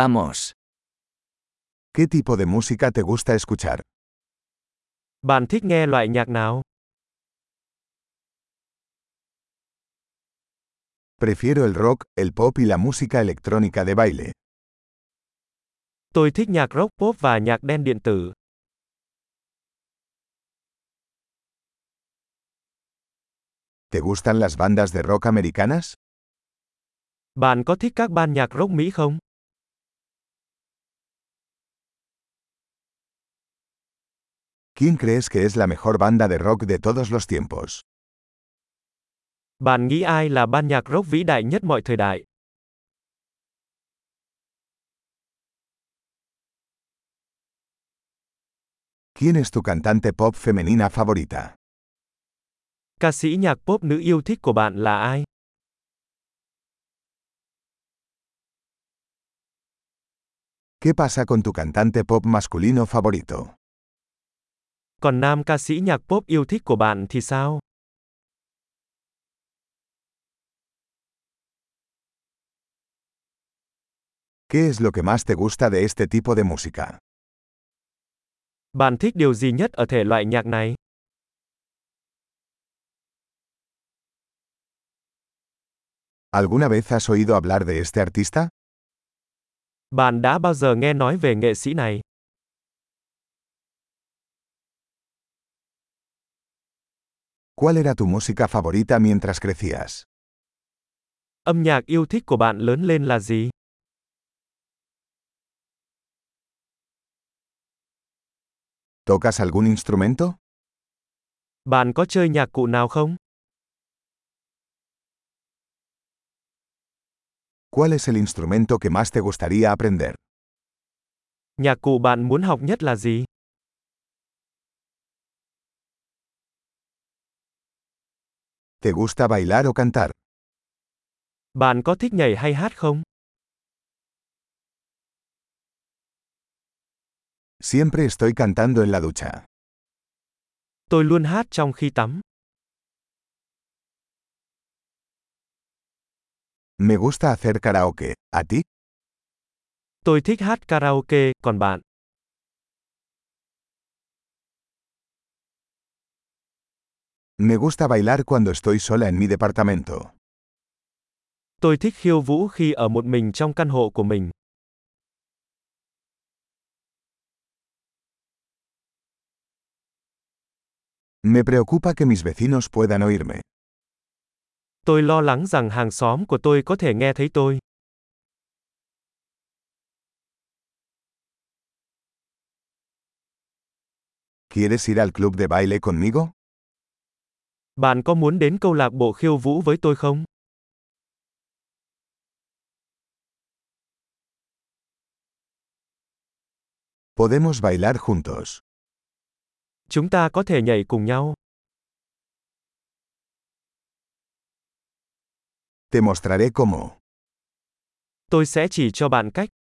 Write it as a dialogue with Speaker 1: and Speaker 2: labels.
Speaker 1: Vamos.
Speaker 2: ¿Qué tipo de música te gusta escuchar?
Speaker 3: Bạn thích nghe loại nhạc nào?
Speaker 2: Prefiero el rock, el pop y la música electrónica de baile.
Speaker 3: Tôi thích nhạc rock pop và nhạc đen điện tử.
Speaker 2: ¿Te gustan las bandas de rock americanas?
Speaker 3: Bạn có thích các ban nhạc rock Mỹ không?
Speaker 2: ¿Quién crees que es la mejor banda de rock de todos los tiempos?
Speaker 3: Bạn nghĩ ai là ban nhạc rock vĩ đại nhất mọi thời đại?
Speaker 2: ¿Quién es tu cantante pop femenina favorita?
Speaker 3: Ca sĩ nhạc pop nữ yêu thích của bạn là ai?
Speaker 2: ¿Qué pasa con tu cantante pop masculino favorito?
Speaker 3: Còn nam ca sĩ nhạc pop yêu thích của bạn thì sao?
Speaker 2: ¿Qué es lo que más te gusta de este tipo de música?
Speaker 3: Bạn thích điều gì nhất ở thể loại nhạc này?
Speaker 2: ¿Alguna vez has oído hablar de este artista?
Speaker 3: Bạn đã bao giờ nghe nói về nghệ sĩ này?
Speaker 2: ¿Cuál era tu música favorita mientras crecías?
Speaker 3: Âm nhạc yêu thích của bạn lớn lên là gì?
Speaker 2: ¿Tocas algún instrumento?
Speaker 3: Bạn có chơi nhạc cụ nào không?
Speaker 2: ¿Cuál es el instrumento que más te gustaría aprender?
Speaker 3: Nhạc cụ bạn muốn học nhất là gì?
Speaker 2: ¿Te gusta bailar o cantar?
Speaker 3: Bạn có thích nhảy hay hát không?
Speaker 2: Siempre estoy cantando en la ducha.
Speaker 3: Tôi luôn hát trong khi tắm.
Speaker 2: Me gusta hacer karaoke. ¿A ti?
Speaker 3: Tôi thích hát karaoke, còn bạn?
Speaker 2: Me gusta bailar cuando estoy sola en mi departamento.
Speaker 3: Tôi thích khiêu vũ khi ở một mình trong căn hộ của mình.
Speaker 2: Me preocupa que mis vecinos puedan oírme.
Speaker 3: Tôi lo lắng rằng hàng xóm của tôi có thể nghe thấy tôi.
Speaker 2: ¿Quieres ir al club de baile conmigo?
Speaker 3: Bạn có muốn đến câu lạc bộ khiêu vũ với tôi không?
Speaker 2: Podemos bailar juntos.
Speaker 3: Chúng ta có thể nhảy cùng nhau.
Speaker 2: Te mostraré cómo.
Speaker 3: Tôi sẽ chỉ cho bạn cách.